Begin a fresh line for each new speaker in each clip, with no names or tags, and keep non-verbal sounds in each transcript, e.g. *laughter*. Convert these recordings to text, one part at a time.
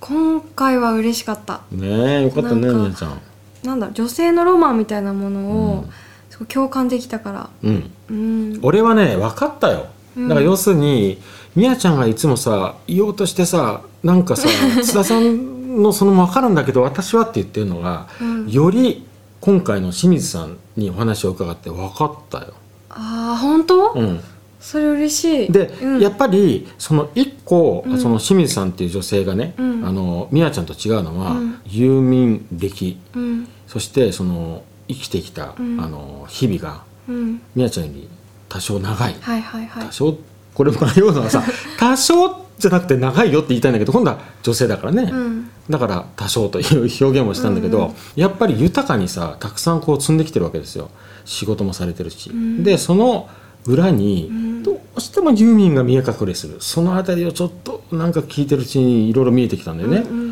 今回は嬉しかった
ねえよかったね
なんか
ななちゃん
なんだろう女性のロマンみたいなものを、
うん
すごい共感できたから
うん
うん
俺はね分かったよ
うん
だから要するにみやちゃんがいつもさ言おうとしてさな
*laughs*
んかさ津田さんのその分かるんだけど私はって言ってるのが
うん
より今回の清水さんにお話を伺って分かったよ。
ああ本当、
うん、
それ嬉しい
で、
うん、
やっぱりその一個、
うん
その清水さんっていう女性がね、
うん
あのみやちゃんと違うのは、
うん
遊民歴
うん
そしてその生きてきた、
うん
あの日々が
うん
みやちゃんより多少長い。
はいはいはい
多少これも迷う
*laughs*
のはさ多少じゃなくて長いよって言いたいんだけど今度は女性だからね、
うん
だから多少という表現もしたんだけど、
うん
やっぱり豊かにさたくさんこう積んできてるわけですよ仕事もされてるし、
うん
でその裏に
うん
どうしてもユーミンが見え隠れするその辺りをちょっとなんか聞いてるうちにいろいろ見えてきたんだよね、
うんうんうん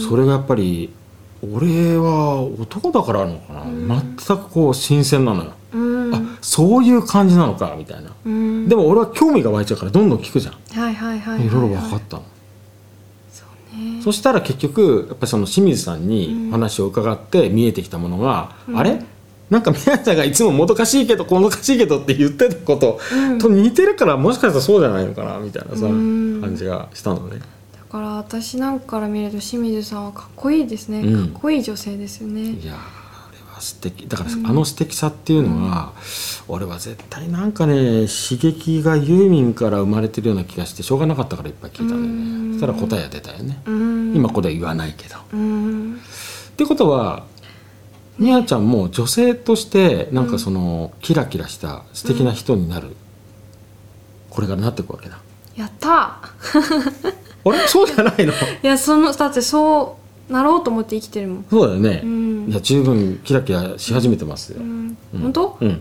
それがやっぱり俺は男だからなのかな、
うん
全くこう新鮮なのよ、
うん
あそういう感じなのかみたいな
うん
でも俺は興味が湧いちゃうからどんどん聞くじゃん、
はいはいはいはい
いろいろ分かったの、
そうね
そしたら結局やっぱりその清水さん
う
に
ん
お話を伺って見えてきたものが、
うん
あれなんか宮ちゃんがいつももどかしいけどこどかしいけどって言ってたこと
うん
と似てるからもしかしたらそうじゃないのかなみたいなさ
うん
感じがしたのね
だから私なんかから見ると清水さんはかっこいいですね、
うん
かっこいい女性ですよね
いやーあれは素敵だから
うん
あの素敵さっていうのは、俺は絶対なんかね刺激がユーミンから生まれてるような気がしてしょうがなかったからいっぱい聞いたんだよ
うん
ねそしたら答えは出たよね
うん
今ここでは言わないけど
うん
ってことはみやちゃんも女性としてなんかそのキラキラした素敵な人になる、これからなっていくわけだ
やった
あれそうじゃないの
いやそのだってそうなろうと思って生きてるもん
*laughs* そうだよね
う、ん
いや十分キラキラし始めてますよ、
う
うんん
本当、
うん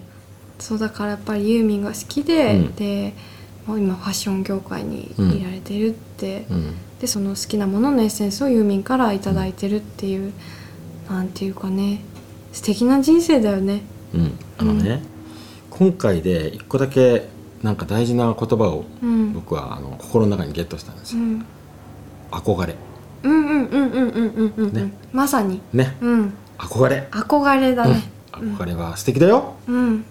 そうだからやっぱりユーミンが好きで、
うん
でもう今ファッション業界にいられてるって、
うん
でその好きなもののエッセンスをユーミンから頂いただいてるっていう、なんていうかね素敵な人生だよね
うんあのね、今回で一個だけなんか大事な言葉を
うん、
僕はあの心の中にゲットしたんです
う
よ、
ん、
憧れ
うんうんうんうんうんうんうん、
ね
まさに
ね
うん
憧れ、
憧れだね
うん憧れは素敵だよ、
うん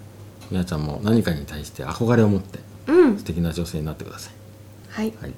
みやちゃんも何かに対して憧れを持って
うん
素敵な女性になってください
はい
はい